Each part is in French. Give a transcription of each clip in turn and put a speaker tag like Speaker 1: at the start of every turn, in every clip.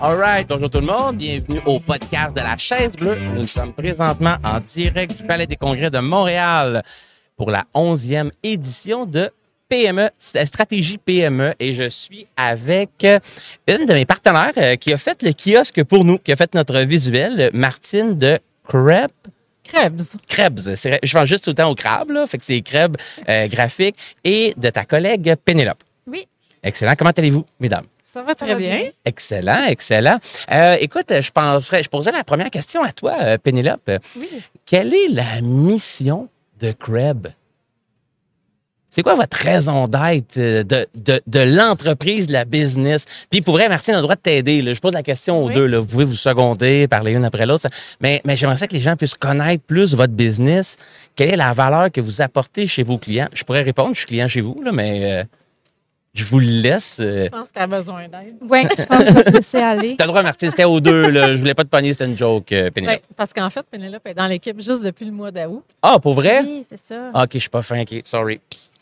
Speaker 1: Alright, bonjour tout le monde, bienvenue au podcast de la chaise bleue. Nous sommes présentement en direct du Palais des Congrès de Montréal pour la 11e édition de PME, st- stratégie PME, et je suis avec euh, une de mes partenaires euh, qui a fait le kiosque pour nous, qui a fait notre visuel, euh, Martine de Crêpe.
Speaker 2: Krebs.
Speaker 1: Krebs, c'est vrai, je pense juste tout le temps au crabe, là, fait que c'est Krebs euh, graphique, et de ta collègue Pénélope.
Speaker 3: Oui.
Speaker 1: Excellent, comment allez-vous, mesdames?
Speaker 2: Ça va
Speaker 3: Ça
Speaker 2: très
Speaker 3: va
Speaker 2: bien.
Speaker 3: bien.
Speaker 1: Excellent, excellent. Euh, écoute, je penserais, je poserais la première question à toi, euh, Pénélope.
Speaker 3: Oui.
Speaker 1: Quelle est la mission de Creb? C'est quoi votre raison d'être euh, de, de, de l'entreprise, de la business? Puis pour vrai, Martine a le droit de t'aider. là. Je pose la question aux
Speaker 2: Oui.
Speaker 1: deux. là. Vous pouvez vous seconder, parler une après l'autre. ça. Mais, mais j'aimerais ça que les gens puissent connaître plus votre business. Quelle est la valeur que vous apportez chez vos clients? Je pourrais répondre, je suis client chez vous, là, mais euh, je vous le laisse. euh,
Speaker 2: Je pense qu'elle a besoin d'aide.
Speaker 3: Oui, je pense que je vais te laisser aller.
Speaker 1: T'as le droit, Martine, c'était aux deux. Là. Je voulais pas te pogner, c'était une joke, euh, Pénélope.
Speaker 2: Ouais, parce qu'en fait, Pénélope est dans l'équipe juste depuis le mois d'août.
Speaker 1: Ah, pour vrai?
Speaker 3: Oui, c'est ça.
Speaker 1: Ah, OK, je suis pas fin, OK, sorry.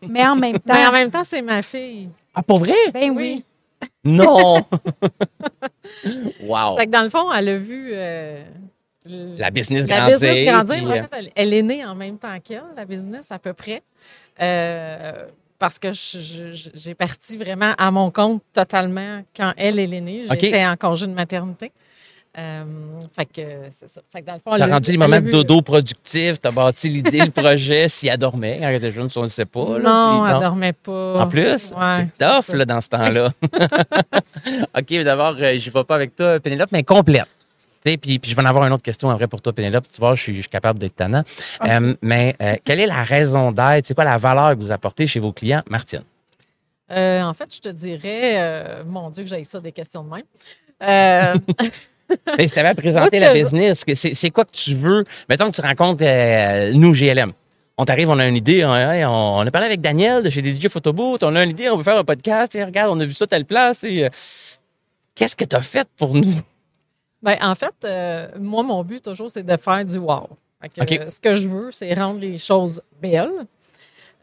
Speaker 3: Mais en même temps,
Speaker 2: Mais Ben, en même temps, c'est ma fille.
Speaker 1: Ah, pour vrai?
Speaker 3: ben
Speaker 2: oui.
Speaker 3: oui.
Speaker 1: Non! wow! Oh.
Speaker 2: Fait que dans le fond, elle a vu euh, l-
Speaker 1: La business
Speaker 2: la
Speaker 1: grandir.
Speaker 2: business grandir.
Speaker 1: puis, euh,
Speaker 2: En fait, elle, elle est née en même temps qu'elle, la business, à peu près. Euh, parce que je- je- je- j'ai parti vraiment à mon compte totalement quand elle, elle est née.
Speaker 1: OK.
Speaker 2: J'étais en congé de maternité. Euh, fait que c'est ça. Fait que dans le fond,
Speaker 1: T'as
Speaker 2: elle a-
Speaker 1: rendu les
Speaker 2: elle a
Speaker 1: moments
Speaker 2: vu-
Speaker 1: dodo productifs, t'as bâti l'idée, le projet, si elle dormait quand elle était jeune, si on ne sait pas. là,
Speaker 2: Non,
Speaker 1: puis
Speaker 2: elle dormait pas.
Speaker 1: En plus,
Speaker 2: Ouais,
Speaker 1: c'est
Speaker 2: c'est
Speaker 1: tough
Speaker 2: ça.
Speaker 1: là, dans ce temps-là. OK, mais d'abord, euh, j'y vais pas avec toi, Pénélope, mais complète. Tu sais, Puis, puis je vais en avoir une autre question après pour toi, Pénélope. Tu vois, je suis, je suis capable d'être tannant. Euh, mais euh, quelle est la raison d'être? C'est quoi la valeur que vous apportez chez vos clients, Martine?
Speaker 2: Euh, en fait, je te dirais, euh, mon Dieu, que j'aille ça des questions de même. Euh,
Speaker 1: Mais si tu avais présenté
Speaker 2: Moi,
Speaker 1: la
Speaker 2: ce que
Speaker 1: business, que c'est c'est quoi que tu veux? Mettons que tu rencontres euh, nous, GLM. On t'arrive, on a une idée. On, hey, on- on a parlé avec Daniel de chez DJ Photobooth. On a une idée, on veut faire un podcast. Et regarde, on a vu ça telle place. Et, euh, Qu'est-ce que tu as fait pour nous?
Speaker 2: ben, en fait, euh, moi, mon but toujours, c'est de faire du wow. Fait que,
Speaker 1: OK.
Speaker 2: euh, ce que je veux, c'est rendre les choses belles.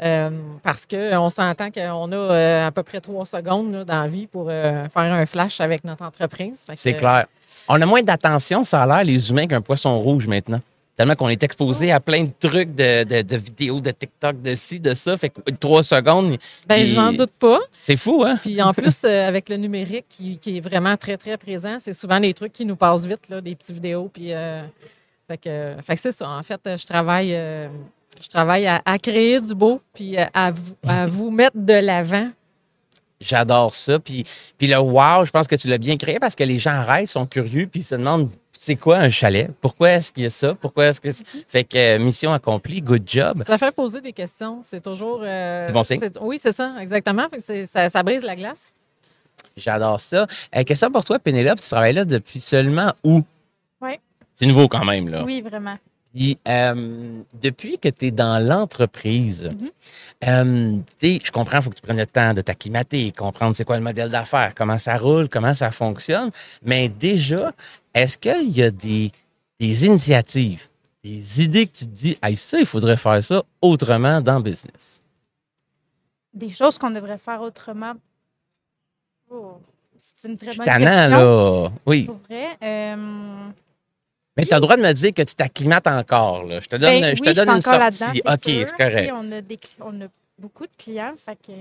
Speaker 2: Euh, parce qu'on s'entend qu'on a euh, à peu près trois secondes là, dans la vie pour euh, faire un flash avec notre entreprise. Fait que,
Speaker 3: Euh,
Speaker 1: C'est clair. On a moins d'attention, ça a l'air, les humains, qu'un poisson rouge maintenant. Tellement qu'on est exposé à plein de trucs, de, de- de vidéos, de TikTok, de ci, de ça. Fait que trois secondes,
Speaker 2: Ben,
Speaker 1: Et-
Speaker 2: j'en doute pas.
Speaker 1: c'est fou, hein?
Speaker 2: Puis en plus, euh, avec le numérique qui, qui est vraiment très, très présent, c'est souvent des trucs qui nous passent vite, là, des petites vidéos. Puis, euh, fait que, fait que c'est ça. En fait, je travaille, euh, je travaille à, à créer du beau, puis euh, à, vous- à vous mettre de l'avant.
Speaker 1: J'adore ça. Puis, puis le wow, je pense que tu l'as bien créé parce que les gens rêvent, sont curieux, puis ils se demandent c'est quoi un chalet? Pourquoi est-ce qu'il y a ça? Pourquoi est-ce que. c'est-
Speaker 3: Mm-hmm.
Speaker 1: Fait que euh, mission accomplie, good job.
Speaker 2: Ça fait poser des questions. C'est toujours. euh,
Speaker 1: C'est bon signe.
Speaker 2: oui, c'est ça, exactement. Fait que c'est- ça, ça brise la glace.
Speaker 1: J'adore ça. Euh, question pour toi, Pénélope, tu travailles là depuis seulement où?
Speaker 3: Ouais.
Speaker 1: C'est nouveau quand même, là.
Speaker 3: Oui, vraiment.
Speaker 1: Puis, euh, depuis que tu es dans l'entreprise,
Speaker 3: Mhm.
Speaker 1: euh, tu sais, je comprends, il faut que tu prennes le temps de t'acclimater, comprendre c'est quoi le modèle d'affaires, comment ça roule, comment ça fonctionne. Mais déjà, est-ce qu'il y a des, des initiatives, des idées que tu te dis, hey, ça, il faudrait faire ça autrement dans le business?
Speaker 3: Des choses qu'on devrait faire autrement. Oh, c'est une
Speaker 1: Je
Speaker 3: très
Speaker 1: suis
Speaker 3: bonne
Speaker 1: tannant,
Speaker 3: question.
Speaker 1: là. Oui.
Speaker 3: Pour vrai. Euh,
Speaker 1: Mais tu as le droit de me dire que tu t'acclimates encore, là. Je te donne,
Speaker 3: ben
Speaker 1: je
Speaker 3: oui,
Speaker 1: te donne
Speaker 3: suis
Speaker 1: une
Speaker 3: encore là-dedans,
Speaker 1: sortie. OK,
Speaker 3: sûr.
Speaker 1: c'est correct.
Speaker 3: Puis On a, des, cli- on a beaucoup de clients, fait que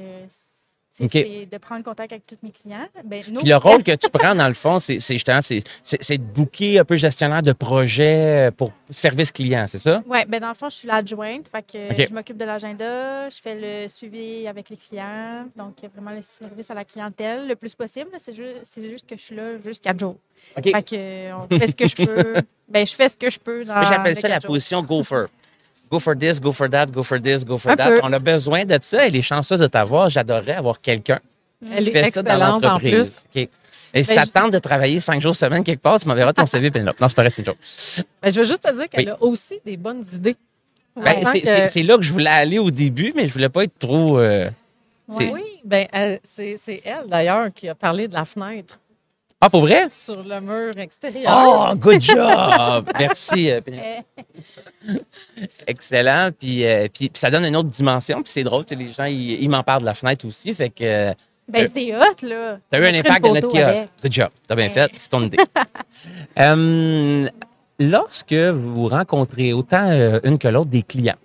Speaker 3: c'est
Speaker 1: OK.
Speaker 3: c'est de prendre contact avec tous mes clients. Ben, nous,
Speaker 1: Puis le rôle que tu prends, dans le fond, c'est c'est justement, c'est c'est- c'est de booker un peu gestionnaire de projet pour service client, c'est ça?
Speaker 3: Ouais, ben dans le fond, je suis l'adjointe, fait que
Speaker 1: OK.
Speaker 3: je m'occupe de l'agenda, je fais le suivi avec les clients, donc euh, vraiment le service à la clientèle le plus possible. là, C'est juste, c'est juste que je suis là juste quatre jours.
Speaker 1: OK.
Speaker 3: Fait que euh, on fait ce que je peux. ben je fais ce que je peux dans
Speaker 1: Moi, j'appelle
Speaker 3: les
Speaker 1: ça la
Speaker 3: quatre jours.
Speaker 1: position gopher. Go for this, go for that, go for this, go for
Speaker 3: Un
Speaker 1: that.
Speaker 3: peu.
Speaker 1: On a besoin de ça. Elle est chanceuse de t'avoir. J'adorerais avoir quelqu'un
Speaker 2: Elle
Speaker 1: qui
Speaker 2: est
Speaker 1: fait Mmh. ça dans
Speaker 2: excellente en plus.
Speaker 1: l'entreprise. OK. Et si ça
Speaker 2: je-
Speaker 1: tente de travailler cinq jours semaine quelque part, tu m'enverras ton CV, Pénélope. Non, c'est pas vrai, c'est une joke.
Speaker 2: Ben, je veux juste te dire qu'elle
Speaker 1: Oui.
Speaker 2: a aussi des bonnes idées.
Speaker 1: Ben,
Speaker 2: En tant
Speaker 1: c'est-
Speaker 2: que-
Speaker 1: c'est c'est là que je voulais aller au début, mais je voulais pas être trop... euh, c'est-
Speaker 2: Oui, ben, elle- c'est c'est elle d'ailleurs qui a parlé de la fenêtre
Speaker 1: Ah, pour vrai?
Speaker 2: sur le mur extérieur.
Speaker 1: Oh, good job! Merci, euh, Pénélope.
Speaker 3: Euh,
Speaker 1: Excellent. Puis, euh, puis, puis ça donne une autre dimension. Puis c'est drôle, tu sais, les gens, ils, ils m'en parlent de la fenêtre aussi. Fait que euh,
Speaker 3: Ben, c'est hot, là.
Speaker 1: T'as eu
Speaker 3: J'ai
Speaker 1: un
Speaker 3: pris
Speaker 1: impact
Speaker 3: une
Speaker 1: de notre
Speaker 3: photo
Speaker 1: kiosque.
Speaker 3: avec.
Speaker 1: Good job. T'as bien
Speaker 3: Ouais.
Speaker 1: fait. C'est ton idée. Hum, lorsque vous rencontrez autant euh, une que l'autre des clients,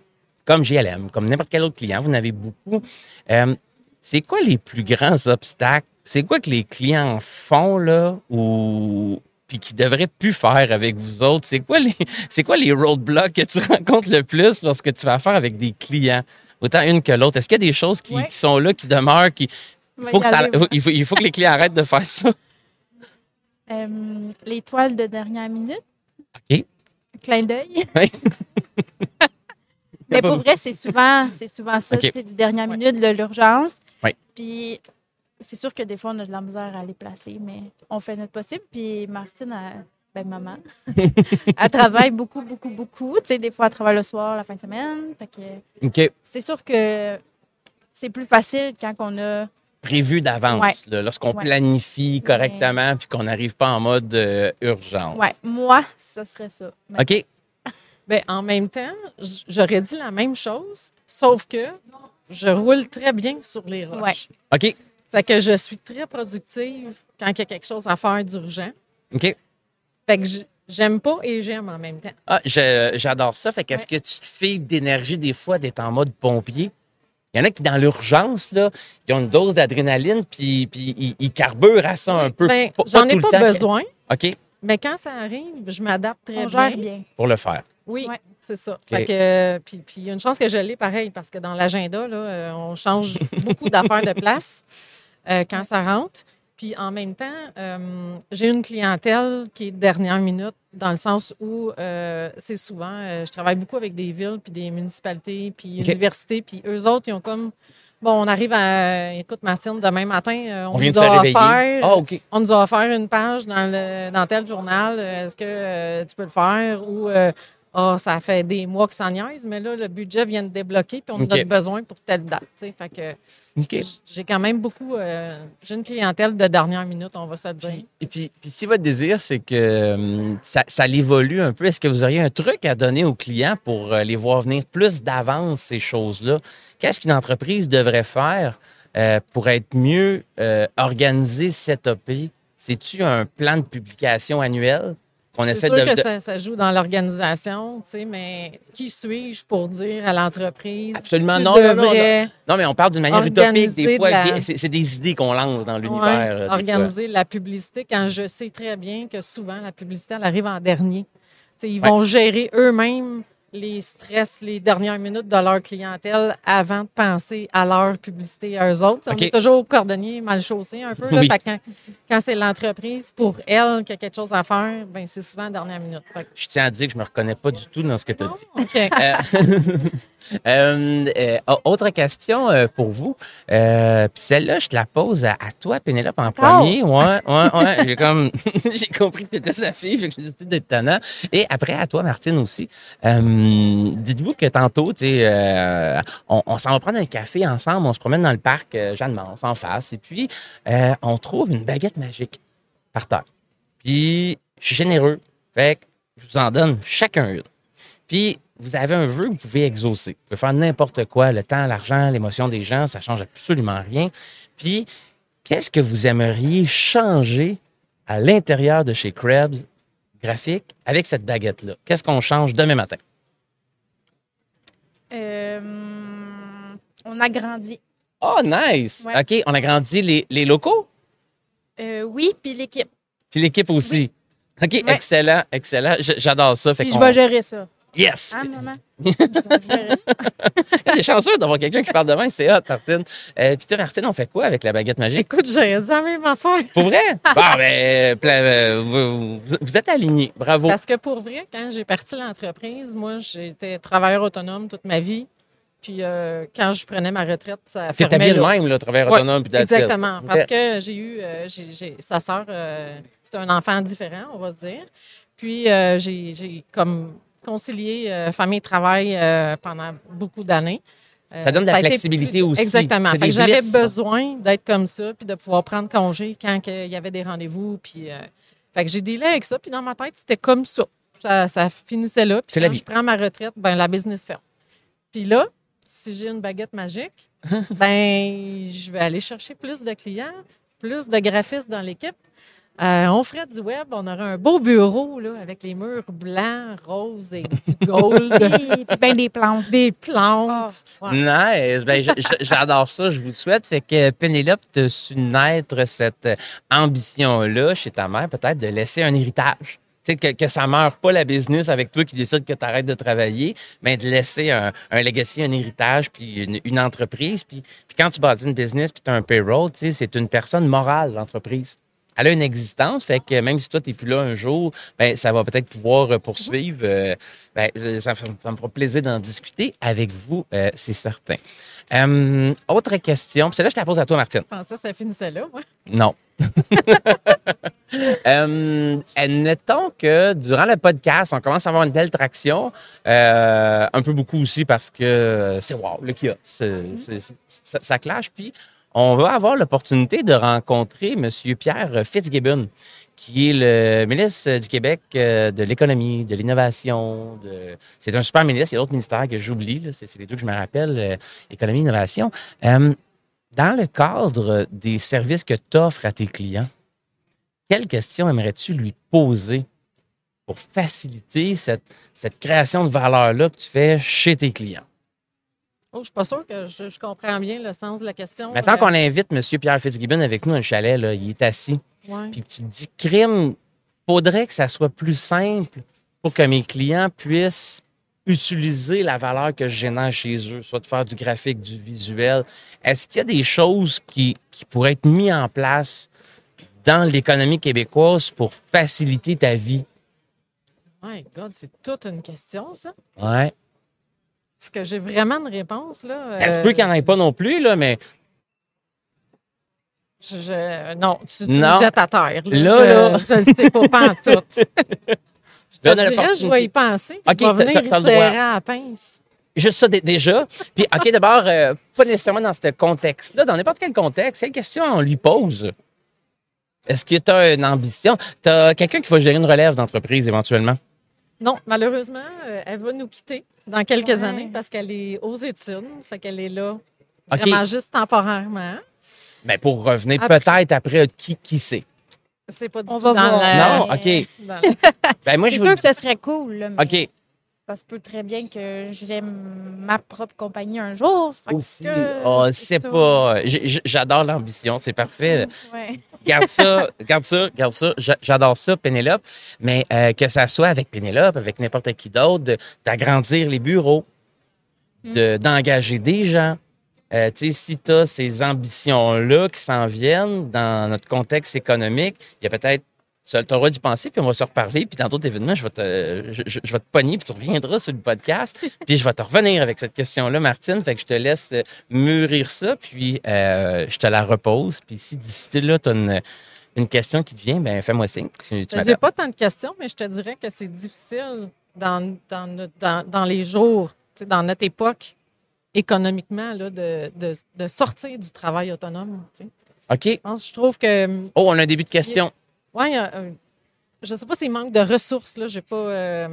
Speaker 1: comme GLM, comme n'importe quel autre client, vous en avez beaucoup, hum, c'est quoi les plus grands obstacles? C'est quoi que les clients font, là, ou puis qu'ils devraient plus faire avec vous autres? C'est quoi les, c'est quoi les roadblocks que tu rencontres le plus lorsque tu vas faire avec des clients? Autant une que l'autre. Est-ce qu'il y a des choses qui,
Speaker 3: Ouais.
Speaker 1: qui sont là, qui demeurent, qui,
Speaker 3: Mais
Speaker 1: faut que ça-
Speaker 3: regardez-moi.
Speaker 1: il, faut, il faut que les clients arrêtent de faire ça.
Speaker 3: Euh, les toiles de dernière minute.
Speaker 1: OK.
Speaker 3: Clin d'œil.
Speaker 1: Oui.
Speaker 3: Mais pour vrai, c'est souvent, c'est souvent ça,
Speaker 1: OK.
Speaker 3: tu sais, du dernière
Speaker 2: Ouais.
Speaker 3: minute, de l'urgence.
Speaker 1: Ouais.
Speaker 3: Puis c'est sûr que des fois, on a de la misère à les placer, mais on fait notre possible. Puis Martine, elle- ben maman, elle travaille beaucoup, beaucoup, beaucoup. Tu sais, des fois, elle travaille le soir, la fin de semaine. Fait que
Speaker 1: OK.
Speaker 3: c'est sûr que c'est plus facile quand on a
Speaker 1: Prévu d'avance,
Speaker 3: Ouais.
Speaker 1: là, lorsqu'on
Speaker 3: Ouais.
Speaker 1: planifie correctement puis qu'on n'arrive pas en mode euh, urgence.
Speaker 3: Ouais, moi, ce serait ça. Mais
Speaker 1: OK.
Speaker 2: Bien, Ben, en même temps, j- j'aurais dit la même chose, sauf que je roule très bien sur les roches.
Speaker 1: OK.
Speaker 2: Fait que je suis très productive quand il y a quelque chose à faire d'urgent.
Speaker 1: OK.
Speaker 2: Fait que j- j'aime pas et j'aime en même temps.
Speaker 1: Ah, je- j'adore ça. Fait qu'est-ce que tu te fais d'énergie des fois d'être en mode pompier? Il y en a qui, dans l'urgence, là, ils ont une dose d'adrénaline puis, puis ils, ils carburent à ça un peu.
Speaker 2: Ben,
Speaker 1: Pas- pas
Speaker 2: j'en ai
Speaker 1: tout le temps.
Speaker 2: pas besoin,
Speaker 1: OK.
Speaker 2: mais quand ça arrive, je m'adapte très
Speaker 3: on
Speaker 2: bien.
Speaker 3: gère bien.
Speaker 1: Pour le faire.
Speaker 2: Oui,
Speaker 3: Ouais.
Speaker 2: c'est ça. Fait que, euh, puis, puis il y a une chance que je l'ai pareil, parce que dans l'agenda, là, euh, on change beaucoup d'affaires de place euh, quand ça rentre. Puis en même temps, euh, j'ai une clientèle qui est dernière minute, dans le sens où euh, c'est souvent, euh, je travaille beaucoup avec des villes, puis des municipalités, puis
Speaker 1: OK.
Speaker 2: universités, puis eux autres, ils ont comme, bon, on arrive à, écoute Martine, demain matin, euh, on,
Speaker 1: On, vient de
Speaker 2: nous
Speaker 1: se
Speaker 2: a
Speaker 1: réveiller.
Speaker 2: offert,
Speaker 1: Ah, OK.
Speaker 2: on nous a offert une page dans, le, dans tel journal. euh, Est-ce que euh, tu peux le faire? Ou euh, Ah, ça fait des mois que ça niaise, mais là, le budget vient de débloquer puis on en
Speaker 1: OK.
Speaker 2: a besoin pour telle date. tu sais. Fait que
Speaker 1: OK.
Speaker 2: j- j'ai quand même beaucoup. euh, j'ai une clientèle de dernière minute, on va se le dire.
Speaker 1: Puis, et puis, puis si votre désir, c'est que hum, ça, ça l'évolue un peu, est-ce que vous auriez un truc à donner aux clients pour euh, les voir venir plus d'avance, ces choses-là? Qu'est-ce qu'une entreprise devrait faire euh, pour être mieux euh, organisée, setupée? C'est-tu un plan de publication annuel qu'on
Speaker 2: C'est
Speaker 1: essaie
Speaker 2: sûr
Speaker 1: de...
Speaker 2: que
Speaker 1: de-
Speaker 2: ça, ça joue dans l'organisation, tu sais, mais qui suis-je pour dire à l'entreprise?
Speaker 1: Absolument
Speaker 2: tu
Speaker 1: non, non, non,
Speaker 2: devrais-
Speaker 1: Non, mais on parle d'une manière utopique
Speaker 2: Organiser
Speaker 1: des fois.
Speaker 2: de la-
Speaker 1: C'est c'est des idées qu'on lance dans
Speaker 2: Ouais,
Speaker 1: l'univers. là, des fois.
Speaker 2: organiser la publicité quand je sais très bien que souvent la publicité elle arrive en dernier. T'sais, ils
Speaker 1: Ouais.
Speaker 2: vont gérer eux-mêmes les stress, les dernières minutes de leur clientèle avant de penser à leur publicité à eux autres. T'sais,
Speaker 1: OK.
Speaker 2: On est toujours cordonnier mal chaussé un peu. là.
Speaker 1: Oui.
Speaker 2: Fait que quand quand c'est l'entreprise, pour elle, qui a quelque chose à faire, ben, c'est souvent la dernière minute. Fait que-
Speaker 1: Je tiens à dire que je me reconnais pas du tout dans ce que tu as dit.
Speaker 2: OK.
Speaker 1: Euh, euh, euh, autre question euh, pour vous. Euh, Puis celle-là, je te la pose à, à toi, Pénélope, en premier. Ouais, ouais, ouais. J'ai comme j'ai compris que tu étais sa fille, fait que j'ai décidé d'être tannant. Et après, à toi, Martine aussi. Euh, Dites-vous que tantôt, tu sais, euh, on, on s'en va prendre un café ensemble, on se promène dans le parc euh, Jeanne-Mance en face, et puis euh, on trouve une baguette magique par terre. Puis je suis généreux. Fait que je vous en donne chacun une. Puis, vous avez un vœu que vous pouvez exaucer. Vous pouvez faire n'importe quoi. Le temps, l'argent, l'émotion des gens, ça change absolument rien. Puis, qu'est-ce que vous aimeriez changer à l'intérieur de chez Krebs graphique avec cette baguette-là? Qu'est-ce qu'on change demain matin?
Speaker 3: Euh, on a grandi.
Speaker 1: Oh, nice!
Speaker 3: Ouais.
Speaker 1: OK, on a grandi les, les locaux,
Speaker 3: Euh, oui, puis l'équipe.
Speaker 1: puis l'équipe aussi. OK,
Speaker 3: Ouais.
Speaker 1: excellent, excellent. J- J'adore ça. Fait
Speaker 3: Puis je
Speaker 1: qu'on-
Speaker 3: vais gérer ça.
Speaker 1: yes!
Speaker 3: Hein, maman? je vais gérer ça.
Speaker 1: T'es chanceux d'avoir quelqu'un qui parle demain, c'est hot, Martine. Euh, puis toi, Martine, on fait quoi avec la baguette magique?
Speaker 2: Écoute, j'ai dit la même affaire.
Speaker 1: Pour vrai? Bon, ben, plein- euh, vous, vous- vous êtes alignés. Bravo.
Speaker 2: Parce que pour vrai, quand j'ai parti l'entreprise, moi, j'étais travailleur autonome toute ma vie. Puis euh, quand je prenais ma retraite, ça
Speaker 1: T'es
Speaker 2: fermait
Speaker 1: habillé
Speaker 2: là.
Speaker 1: de même, là, travailleur
Speaker 2: Ouais,
Speaker 1: autonome. puis that's it.
Speaker 2: Exactement.
Speaker 1: Ok.
Speaker 2: Parce que j'ai eu, euh, j'ai- j'ai- sa sœur, euh, c'est un enfant différent, on va se dire. Puis euh, j'ai j'ai comme concilié euh, famille et travail euh, pendant beaucoup d'années. Euh,
Speaker 1: Ça donne de la
Speaker 2: a été
Speaker 1: flexibilité aussi.
Speaker 2: Exactement.
Speaker 1: C'est
Speaker 2: Fait que
Speaker 1: des
Speaker 2: J'avais
Speaker 1: blitz, ça.
Speaker 2: besoin d'être comme ça, puis de pouvoir prendre congé quand que il y avait des rendez-vous. Puis, euh, fait que j'ai délai avec ça, puis dans ma tête, c'était comme ça. Ça, ça finissait là. Puis
Speaker 1: C'est
Speaker 2: quand
Speaker 1: la vie.
Speaker 2: je prends ma retraite, ben la business ferme. Puis là, si j'ai une baguette magique, ben, je vais aller chercher plus de clients, plus de graphistes dans l'équipe. Euh, on ferait du web, on aurait un beau bureau là, avec les murs blancs, roses et du gold,
Speaker 3: Puis, puis ben des plantes.
Speaker 2: des plantes.
Speaker 1: Ah,
Speaker 2: Ouais.
Speaker 1: Nice. Ben, je- je- j'adore ça. Je vous le souhaite. Fait que Pénélope, te su naître cette euh, ambition-là chez ta mère, peut-être, de laisser un héritage. Tu sais, que, que ça meure pas la business avec toi qui décide que tu arrêtes de travailler, mais de laisser un, un legacy, un héritage, puis une, une entreprise. Puis, puis quand tu bâtis une business, puis tu as un payroll, tu sais, c'est une personne morale, l'entreprise. Elle a une existence, fait que même si toi, tu n'es plus là un jour, ben, ça va peut-être pouvoir euh, poursuivre. euh, ben, euh, ça, f- ça me fera plaisir d'en discuter avec vous, euh, c'est certain. Euh, autre question, puis celle-là, je te la pose à toi, Martine.
Speaker 2: Je pensais que ça finissait là, moi.
Speaker 1: Non. euh, admettons que durant le podcast, on commence à avoir une belle traction, euh, un peu beaucoup aussi parce que c'est wow, le kiosque, c'est- c'est- ça, ça clash. Puis on va avoir l'opportunité de rencontrer M. Pierre Fitzgibbon, qui est le ministre du Québec euh, de l'économie, de l'innovation. de- C'est un super ministre. Il y a d'autres ministères que j'oublie. là, C'est c'est les deux que je me rappelle, euh, économie, innovation. Euh, dans le cadre des services que tu offres à tes clients, quelle question aimerais-tu lui poser pour faciliter cette, cette création de valeur-là que tu fais chez tes clients?
Speaker 2: Oh, je suis pas sûre que je, je comprends bien le sens de la question.
Speaker 1: Maintenant qu'on invite M. Pierre Fitzgibbon avec nous dans le chalet, là, il est assis,
Speaker 2: Ouais.
Speaker 1: puis que tu te dis crime, faudrait que ça soit plus simple pour que mes clients puissent utiliser la valeur que je génère chez eux, soit de faire du graphique, du visuel. Est-ce qu'il y a des choses qui, qui pourraient être mises en place dans l'économie québécoise pour faciliter ta vie?
Speaker 2: My God, c'est toute une question, ça.
Speaker 1: Ouais.
Speaker 2: Est-ce que j'ai vraiment une réponse, là?
Speaker 1: Ça se
Speaker 2: Euh,
Speaker 1: peut qu'il n'y en ait pas non plus, là, mais
Speaker 2: je- je- non, tu, tu
Speaker 1: Non.
Speaker 2: me jettes à terre.
Speaker 1: Là,
Speaker 2: je,
Speaker 1: là.
Speaker 2: Je le sais pas, pas en tout. Je
Speaker 1: Donne
Speaker 2: te dirais, je vais y
Speaker 1: l'opportunité.
Speaker 2: penser.
Speaker 1: Ok,
Speaker 2: je vais
Speaker 1: t'as-
Speaker 2: venir
Speaker 1: t'as le
Speaker 2: y
Speaker 1: droit.
Speaker 2: serrer à la pince.
Speaker 1: juste ça dé- déjà. Puis, OK, d'abord, euh, pas nécessairement dans ce contexte-là, dans n'importe quel contexte, quelle question on lui pose? Est-ce que tu as une ambition? Tu as quelqu'un qui va gérer une relève d'entreprise éventuellement?
Speaker 2: Non, malheureusement, euh, elle va nous quitter dans quelques
Speaker 3: Ouais.
Speaker 2: années parce qu'elle est aux études. Fait qu'elle est là
Speaker 1: OK.
Speaker 2: vraiment juste temporairement.
Speaker 1: Ben, pour revenir
Speaker 3: Ah,
Speaker 2: Après-
Speaker 1: peut-être après, euh, qui, qui sait?
Speaker 2: C'est pas du
Speaker 3: On
Speaker 2: tout
Speaker 3: va
Speaker 2: dans
Speaker 3: voir.
Speaker 2: la-
Speaker 1: Non, OK.
Speaker 2: dans la-
Speaker 1: Ben, moi,
Speaker 3: C'est
Speaker 1: je
Speaker 3: sûr
Speaker 1: vous.
Speaker 3: que ce serait cool, là, mais
Speaker 1: OK.
Speaker 3: ça se peut très bien que j'aime ma propre compagnie un jour. fait que-
Speaker 1: Aussi, Ah, on ne sait
Speaker 3: c'est ça.
Speaker 1: pas. J'ai- j'ai- J'adore l'ambition, c'est parfait.
Speaker 3: Ouais.
Speaker 1: Garde ça, garde ça, garde ça. J'a- J'adore ça, Pénélope. Mais euh, que ça soit avec Pénélope, avec n'importe qui d'autre, de- d'agrandir les bureaux, de- d'engager des gens. Euh, tu sais, si tu as ces ambitions-là qui s'en viennent dans notre contexte économique, il y a peut-être. Tu auras dû penser, puis on va se reparler. Puis dans d'autres événements, je vais te, je, je- je vais te pogner, puis tu reviendras sur le podcast. puis je vais te revenir avec cette question-là, Martine. Fait que je te laisse euh, mûrir ça, puis euh, je te la repose. Puis si d'ici là, tu as une, une question qui te vient, ben fais-moi signe. Tu, tu
Speaker 2: J'ai
Speaker 1: m'appelles.
Speaker 2: pas tant de questions, mais je te dirais que c'est difficile dans, dans, notre- dans- dans les jours, tu sais, dans notre époque, économiquement, là, de, de- de sortir du travail autonome. tu sais.
Speaker 1: OK.
Speaker 2: Je, pense- je trouve que, hum,
Speaker 1: Oh, on a un début de question.
Speaker 2: ouais, euh, euh, je sais pas s'il manque de ressources, là, j'ai pas, euh,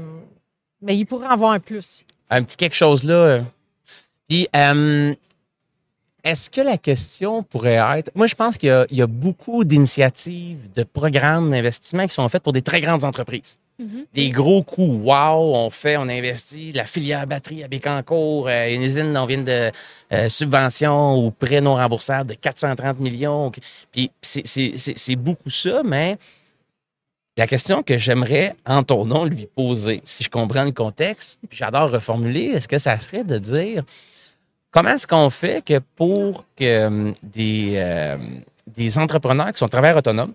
Speaker 2: mais il pourrait en avoir un plus.
Speaker 1: un petit quelque chose là. euh. Puis, euh, est-ce que la question pourrait être. Moi, je pense qu'il y a- il y, a beaucoup d'initiatives, de programmes d'investissement qui sont faits pour des très grandes entreprises. Des gros coups. Wow, on fait, on investit la filière batterie à Bécancour, euh, une usine, on vient de euh, subvention ou prêt non remboursable de 430 millions. Puis, c'est- c'est c'est- c'est beaucoup ça, mais la question que j'aimerais, en ton nom, lui poser, si je comprends le contexte, puis j'adore reformuler, est-ce que ça serait de dire comment est-ce qu'on fait que pour que hum, des, euh, des entrepreneurs qui sont travailleurs autonomes,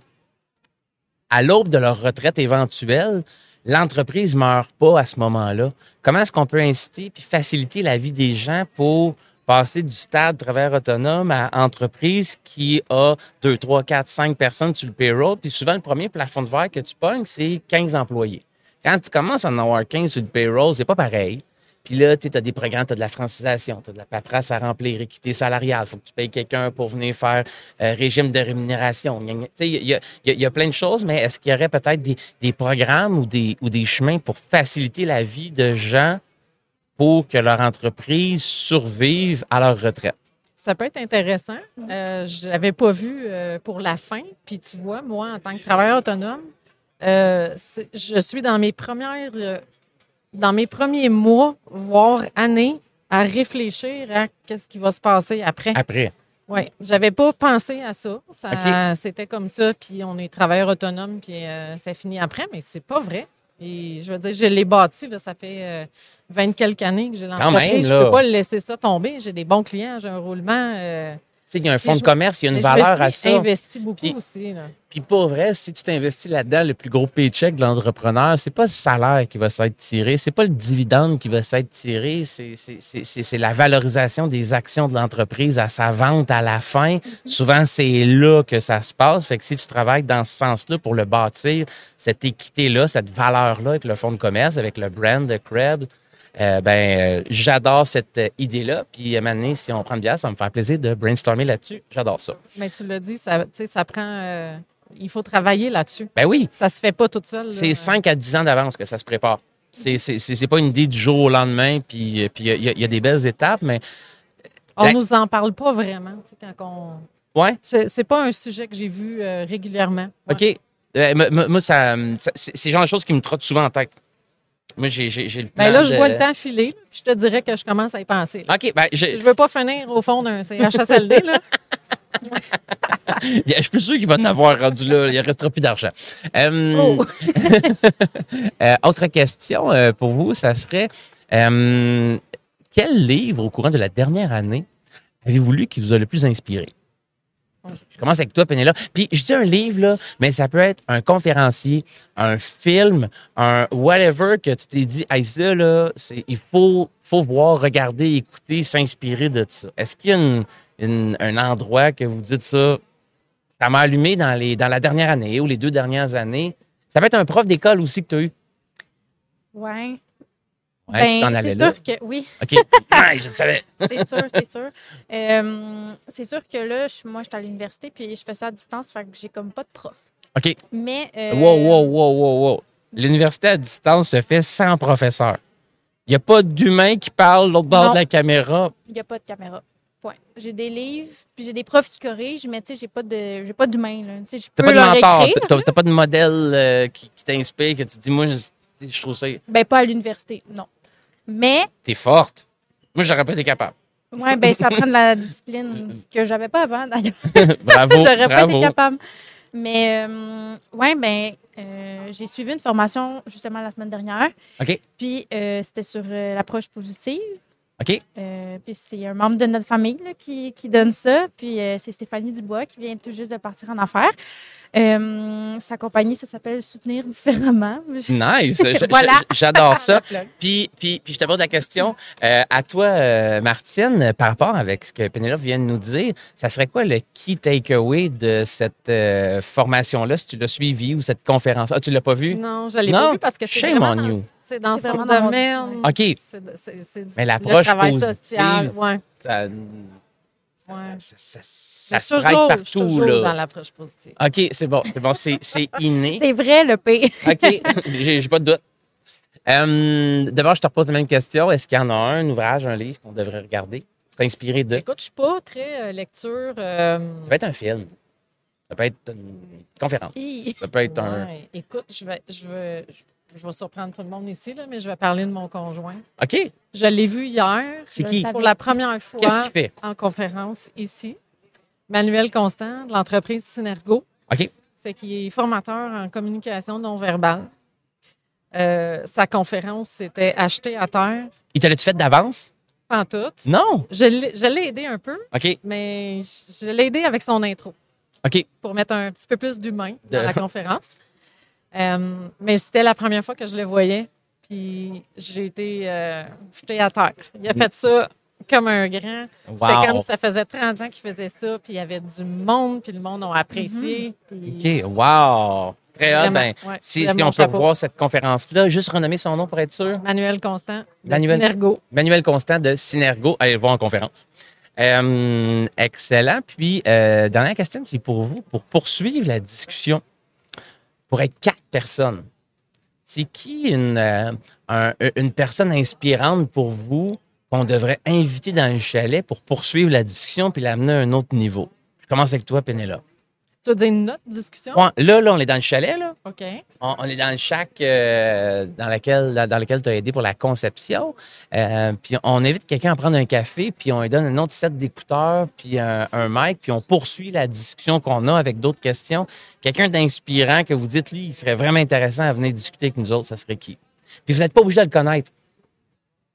Speaker 1: à l'aube de leur retraite éventuelle, l'entreprise ne meurt pas à ce moment-là? Comment est-ce qu'on peut inciter puis faciliter la vie des gens pour passer du stade travailleur autonome à entreprise qui a 2, 3, 4, 5 personnes sur le payroll? Puis souvent, le premier plafond de verre que tu pognes, c'est 15 employés. Quand tu commences à en avoir 15 sur le payroll, c'est pas pareil. Puis là, tu as des programmes, tu as de la francisation, tu as de la paperasse à remplir, équité salariale, faut que tu payes quelqu'un pour venir faire euh, régime de rémunération. Gna, gna. Tu sais, Il y a, il y a- il y a plein de choses, mais est-ce qu'il y aurait peut-être des, des programmes ou des, ou des chemins pour faciliter la vie de gens pour que leur entreprise survive à leur retraite.
Speaker 2: Ça peut être intéressant. Euh, je l'avais pas vu euh, pour la fin. Puis tu vois, moi, en tant que travailleur autonome, euh, c'est- je suis dans mes premières, euh, dans mes premiers mois, voire années, à réfléchir à qu'est-ce qui va se passer après.
Speaker 1: Après,
Speaker 2: Oui, j'avais pas pensé à ça. Ça- C'était comme ça, puis on est travailleur autonome, puis euh, ça finit après, mais c'est pas vrai. Et je veux dire, je l'ai bâti, là, ça fait euh, 20 quelques années que j'ai
Speaker 1: même,
Speaker 2: l'entreprise. Je
Speaker 1: là.
Speaker 2: peux pas laisser ça tomber. J'ai des bons clients, j'ai un roulement. euh,
Speaker 1: Tu sais, il y a un fonds
Speaker 2: je-
Speaker 1: de commerce, il y a une
Speaker 2: mais
Speaker 1: valeur
Speaker 2: je me
Speaker 1: à
Speaker 2: suis
Speaker 1: ça.
Speaker 2: investi beaucoup
Speaker 1: Puis-
Speaker 2: aussi. là.
Speaker 1: Puis pour vrai, si tu t'investis là-dedans, le plus gros paycheck de l'entrepreneur, c'est pas le salaire qui va s'être tiré, c'est pas le dividende qui va s'être tiré, c'est- c'est- c'est c'est- c'est la valorisation des actions de l'entreprise à sa vente à la fin. Souvent, c'est là que ça se passe. Fait que si tu travailles dans ce sens-là pour le bâtir, cette équité-là, cette valeur-là avec le fonds de commerce, avec le brand de Krebs, euh, ben, euh, j'adore cette euh, idée-là. Puis, à un moment donné, si on prend une bière, ça va me faire plaisir de brainstormer là-dessus. J'adore ça.
Speaker 2: Mais tu l'as dit, ça, tu sais, ça prend. euh, il faut travailler là-dessus.
Speaker 1: Ben oui,
Speaker 2: Ça se fait pas tout seul. là.
Speaker 1: C'est 5 à 10 ans d'avance que ça se prépare. C'est c'est- c'est- c'est pas une idée du jour au lendemain, puis euh, puis il y, a- il y a des belles étapes, mais
Speaker 2: On
Speaker 1: la-
Speaker 2: nous en parle pas vraiment. tu sais, Quand on...
Speaker 1: ouais,
Speaker 2: C'est c'est pas un sujet que j'ai vu euh, régulièrement. Ouais.
Speaker 1: OK. Euh, m- m- moi, ça, euh, ça- c'est c'est le genre de choses qui me trotte souvent en tête. Moi, j'ai j'ai- j'ai le
Speaker 2: Ben
Speaker 1: plan
Speaker 2: là, je
Speaker 1: de-
Speaker 2: vois le temps filer, puis je te dirais que je commence à y penser. là.
Speaker 1: OK, ben, je,
Speaker 2: Si je veux pas finir au fond d'un CHSLD, là.
Speaker 1: je suis plus sûr qu'il va en avoir rendu là. Il restera plus d'argent. Euh,
Speaker 2: Oh.
Speaker 1: Euh, autre question euh, pour vous, ça serait euh, quel livre au courant de la dernière année avez-vous lu qui vous a le plus inspiré? Je commence avec toi, Pénéla. Puis je dis un livre, là, mais ça peut être un conférencier, un film, un whatever que tu t'es dit, hey, ça, là, c'est- il faut, faut voir, regarder, écouter, s'inspirer de ça. Est-ce qu'il y a une- une- un endroit que vous dites ça, ça m'a allumé dans, les, dans la dernière année ou les deux dernières années? Ça peut être un prof d'école aussi que tu as eu.
Speaker 3: Ouais.
Speaker 1: Ouais, tu t'en
Speaker 3: Ben,
Speaker 1: allais
Speaker 3: c'est
Speaker 1: là.
Speaker 3: sûr que oui,
Speaker 1: OK. Ouais, je le savais.
Speaker 3: c'est sûr, c'est sûr. Euh, c'est sûr que là, je- moi, j'étais à l'université puis je fais ça à distance, fait que j'ai comme pas de prof.
Speaker 1: OK.
Speaker 3: Mais euh,
Speaker 1: Wow, wow, wow, wow, wow. L'université à distance se fait sans professeur. Il n'y a pas d'humain qui parle de l'autre bord
Speaker 3: Non.
Speaker 1: de la caméra.
Speaker 3: il n'y a pas de caméra. Point. J'ai des livres, puis j'ai des profs qui corrigent, mais tu sais, j'ai pas de j'ai pas d'humain là. Tu sais, je
Speaker 1: T'as
Speaker 3: peux
Speaker 1: pas de
Speaker 3: leur
Speaker 1: mentor.
Speaker 3: écrire.
Speaker 1: T'as t'as pas de modèle euh, qui, qui t'inspire, que tu dis, moi, je, je trouve ça.
Speaker 3: Ben pas à l'université, non. Mais
Speaker 1: T'es forte. Moi, j'aurais pas été capable.
Speaker 3: ouais, ben ça prend de la discipline ce que j'avais pas avant d'ailleurs.
Speaker 1: bravo.
Speaker 3: J'aurais pas été
Speaker 1: bravo.
Speaker 3: capable. Mais euh, ouais, ben euh, j'ai suivi une formation justement la semaine dernière.
Speaker 1: OK.
Speaker 3: Puis euh, c'était sur euh, l'approche positive.
Speaker 1: OK.
Speaker 3: Euh, puis c'est un membre de notre famille là, qui, qui donne ça. Puis euh, c'est Stéphanie Dubois qui vient tout juste de partir en affaires. Euh, sa compagnie, ça s'appelle Soutenir différemment.
Speaker 1: Nice. Je-
Speaker 3: Voilà.
Speaker 1: je- J'adore ça.
Speaker 3: Plug.
Speaker 1: Puis, puis, puis je te pose la question euh, à toi, euh, Martine, euh, par rapport avec ce que Pénélope vient de nous dire, ça serait quoi le key takeaway de cette euh, formation-là, si tu l'as suivi ou cette conférence? Ah, tu l'as pas vu?
Speaker 2: Non, je l'ai
Speaker 1: Non,
Speaker 2: pas vu parce que c'est
Speaker 1: shame
Speaker 2: vraiment
Speaker 1: on
Speaker 2: dans-
Speaker 1: you.
Speaker 2: C'est dans
Speaker 3: C'est
Speaker 2: son
Speaker 3: vraiment dans mon-
Speaker 2: domaine.
Speaker 1: OK.
Speaker 2: C'est- c'est- c'est du-
Speaker 1: Mais
Speaker 2: le
Speaker 1: l'approche
Speaker 2: travail
Speaker 1: positive,
Speaker 2: social, ouais.
Speaker 1: Ça,
Speaker 2: Ouais.
Speaker 1: ça, ça- ça
Speaker 2: Mais
Speaker 1: se
Speaker 2: toujours,
Speaker 1: prête
Speaker 2: je suis
Speaker 1: partout,
Speaker 2: toujours dans
Speaker 1: là.
Speaker 2: l'approche positive.
Speaker 1: OK, c'est bon, c'est bon, c'est c'est inné.
Speaker 3: C'est vrai, le P.
Speaker 1: OK, j'ai j'ai pas de doute. Euh, D'abord, je te repose la même question. Est-ce qu'il y en a un, ouvrage, un livre qu'on devrait regarder, s'inspirer de?
Speaker 2: Écoute, je suis pas très euh, lecture. euh,
Speaker 1: Ah, Ça peut être un film. Ça peut être une conférence.
Speaker 3: Hi.
Speaker 1: Ça peut être un.
Speaker 2: ouais. Écoute, je vais, je vais, je, je vais surprendre tout le monde ici, là, mais je vais parler de mon conjoint.
Speaker 1: OK.
Speaker 2: Je l'ai vu hier.
Speaker 1: C'est
Speaker 2: je
Speaker 1: qui?
Speaker 2: le- Pour la première fois.
Speaker 1: Qu'est-ce qu'il fait?
Speaker 2: en conférence ici. Manuel Constant, de l'entreprise Synergo.
Speaker 1: OK.
Speaker 2: C'est qui est formateur en communication non verbale. Euh, sa conférence, c'était acheter à terre,
Speaker 1: Il te l'a-tu fait d'avance?
Speaker 2: en tout.
Speaker 1: Non.
Speaker 2: Je l'ai je l'ai aidé un peu,
Speaker 1: OK.
Speaker 2: mais je je l'ai aidé avec son intro
Speaker 1: OK.
Speaker 2: pour mettre un petit peu plus d'humain dans
Speaker 1: De-
Speaker 2: la conférence. Euh, mais c'était la première fois que je le voyais, puis j'ai été euh, jetée à terre. Il a fait ça comme un grand. C'était comme
Speaker 1: Wow.
Speaker 2: si ça faisait 30 ans qu'il faisait ça, puis il y avait du monde, puis le monde a apprécié. puis-
Speaker 1: OK. Wow. Très hot.
Speaker 2: Vraiment,
Speaker 1: Ben,
Speaker 2: ouais,
Speaker 1: si, si
Speaker 2: vraiment,
Speaker 1: on peut
Speaker 2: chapeau.
Speaker 1: voir cette conférence-là, juste renommer son nom pour être sûr.
Speaker 2: Manuel Constant, de
Speaker 1: Manuel.
Speaker 2: Synergo.
Speaker 1: Manuel Constant de Synergo. Allez le voir en conférence. Euh, excellent. Puis, euh, dernière question qui est pour vous, pour poursuivre la discussion, pour être quatre personnes, c'est qui une, euh, un- une personne inspirante pour vous qu'on devrait inviter dans le chalet pour poursuivre la discussion puis l'amener à un autre niveau? Je commence avec toi, Pénélope.
Speaker 2: Tu veux dire notre discussion?
Speaker 1: Ouais, là, là, on est dans le chalet, là.
Speaker 2: OK.
Speaker 1: On, on est dans le chac euh, dans lequel dans, dans lequel tu as aidé pour la conception. Euh, puis on invite quelqu'un à prendre un café, puis on lui donne un autre set d'écouteurs, puis un, un mic, puis on poursuit la discussion qu'on a avec d'autres questions. Quelqu'un d'inspirant que vous dites, lui, il serait vraiment intéressant à venir discuter avec nous autres, ça serait qui? Puis vous n'êtes pas obligé de le connaître.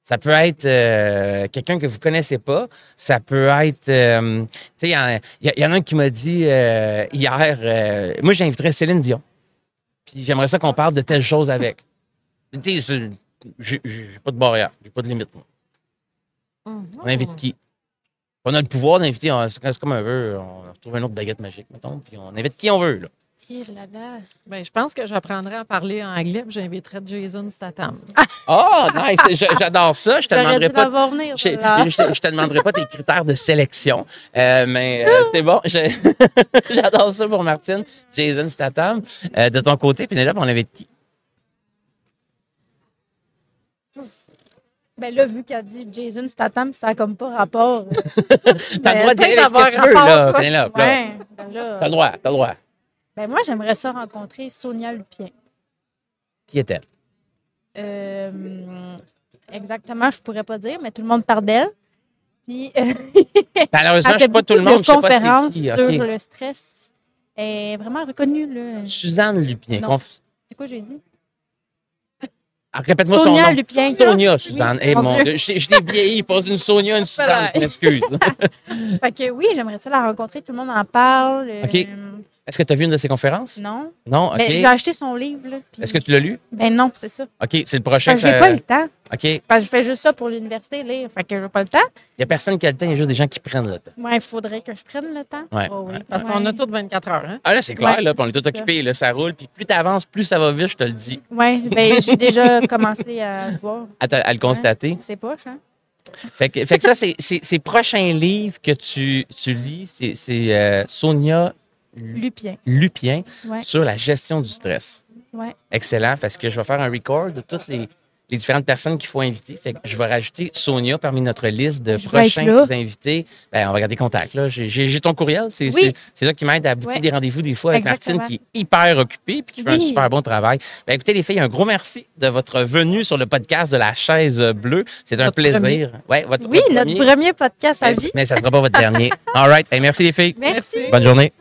Speaker 1: Ça peut être euh, quelqu'un que vous connaissez pas. Ça peut être. euh, tu sais, il y, en- il y- il y en a un qui m'a dit euh, hier euh, Moi, j'inviterais Céline Dion. Puis j'aimerais ça qu'on parle de telle chose avec. Tu sais, c'est- j'ai j'ai pas de barrière, j'ai pas de limite. moi.
Speaker 2: Mhm.
Speaker 1: On
Speaker 3: Hmm.
Speaker 1: invite qui On a le pouvoir d'inviter, on- c'est comme on veut. On retrouve une autre baguette magique, mettons, puis on invite qui on veut. Là.
Speaker 3: Hé là là.
Speaker 2: Ben, je pense que j'apprendrai à parler en anglais, puis j'inviterai Jason Statham.
Speaker 1: Oh, nice, j'- j'adore ça. Je te
Speaker 3: J'aurais
Speaker 1: demanderai
Speaker 3: dû
Speaker 1: pas.
Speaker 3: l'avoir venir,
Speaker 1: Je,
Speaker 3: celle-là.
Speaker 1: je te- je te demanderai pas tes critères de sélection, euh, mais euh, c'était bon. Je- J'adore ça pour Martine. Jason Statham, Euh, de ton côté, Pénélope, on avait de qui?
Speaker 3: Ben là, vu qu'elle dit Jason Statham, ça a comme pas rapport. Ben,
Speaker 1: T'as le droit d'y aller avec ce que tu veux, là, Pénélope. là.
Speaker 3: Ouais, ben
Speaker 1: T'as le
Speaker 3: là.
Speaker 1: droit, t'as le droit.
Speaker 3: Ben moi, j'aimerais ça rencontrer Sonia Lupien.
Speaker 1: Qui est-elle?
Speaker 3: Euh, exactement, je pourrais pas dire, mais tout le monde parle d'elle. Puis, euh,
Speaker 1: Malheureusement,
Speaker 3: elle
Speaker 1: je
Speaker 3: fait
Speaker 1: suis pas tout le
Speaker 3: Ah, beaucoup de
Speaker 1: monde, je sais pas c'est
Speaker 3: conférences
Speaker 1: qui.
Speaker 3: sur
Speaker 1: OK.
Speaker 3: le stress. Elle est vraiment reconnue, là.
Speaker 1: Suzanne Lupien.
Speaker 3: Non.
Speaker 1: Conf-
Speaker 3: C'est quoi j'ai dit?
Speaker 1: Ah, Répète-moi son nom.
Speaker 3: Sonia Lupien.
Speaker 1: Sonia, Suzanne.
Speaker 3: Oui,
Speaker 1: Eh,
Speaker 3: mon
Speaker 1: mon
Speaker 3: Dieu.
Speaker 1: Dieu, je je t'ai vieilli. Pas une Sonia, une Suzanne.
Speaker 3: Voilà.
Speaker 1: Je m'excuse.
Speaker 3: Fait que oui, j'aimerais ça la rencontrer, tout le monde en parle. euh,
Speaker 1: OK. Est-ce que tu as vu une de ses conférences?
Speaker 3: Non.
Speaker 1: Non, OK.
Speaker 3: Ben, j'ai acheté son livre, là. puis-
Speaker 1: Est-ce que tu l'as lu?
Speaker 3: Ben non, c'est ça.
Speaker 1: OK, c'est le prochain.
Speaker 3: Parce que
Speaker 1: ça- euh,
Speaker 3: j'ai Ah, pas eu le temps.
Speaker 1: OK. Il
Speaker 3: Parce que je fais juste ça pour l'université, là. Fait que j'ai pas le temps.
Speaker 1: n'y a personne qui a le temps, il y a juste des gens qui prennent le temps.
Speaker 3: Moi, il faudrait que je prenne le temps.
Speaker 1: Ouais,
Speaker 3: Oh oui.
Speaker 1: ouais.
Speaker 2: Parce qu'on a
Speaker 3: Ouais.
Speaker 2: toutes 24 heures, hein?
Speaker 1: Ah là, c'est clair,
Speaker 3: Ouais,
Speaker 1: là, puis on est tout
Speaker 3: c'est
Speaker 1: occupé, là, ça roule. Puis plus t'avances, plus ça va vite, je te le dis.
Speaker 3: Ouais, ben, j'ai déjà commencé à le voir.
Speaker 1: À, te- à le constater.
Speaker 3: C'est poche, hein?
Speaker 1: Fait que, fait que ça, c'est c'est- ces prochains livres que tu, tu lis, c'est- c'est euh, Sonia
Speaker 3: Lupien.
Speaker 1: Lupien
Speaker 3: Ouais.
Speaker 1: sur la gestion du stress.
Speaker 3: Ouais.
Speaker 1: Excellent, parce que je vais faire un record de toutes les, les différentes personnes qu'il faut inviter. Fait que je vais rajouter Sonia parmi notre liste de
Speaker 3: Je vais être
Speaker 1: prochains
Speaker 3: là.
Speaker 1: invités. Ben, on va garder contact. là. J'ai- J'ai j'ai ton courriel. C'est
Speaker 3: Oui.
Speaker 1: c'est- c'est ça qui m'aide à boucler
Speaker 3: Ouais.
Speaker 1: des rendez-vous des fois avec
Speaker 3: Exactement.
Speaker 1: Martine qui est hyper occupée puis qui fait un
Speaker 3: Oui.
Speaker 1: super bon travail. Ben, écoutez, les filles, un gros merci de votre venue sur le podcast de la chaise bleue. C'est un
Speaker 2: Notre
Speaker 1: plaisir.
Speaker 2: premier.
Speaker 1: Ouais, votre,
Speaker 3: Oui,
Speaker 1: votre
Speaker 3: notre premier podcast à
Speaker 1: Mais-
Speaker 3: vie.
Speaker 1: Mais ça ne sera pas votre dernier. All right. Hey, merci, les filles.
Speaker 3: Merci.
Speaker 1: Bonne journée.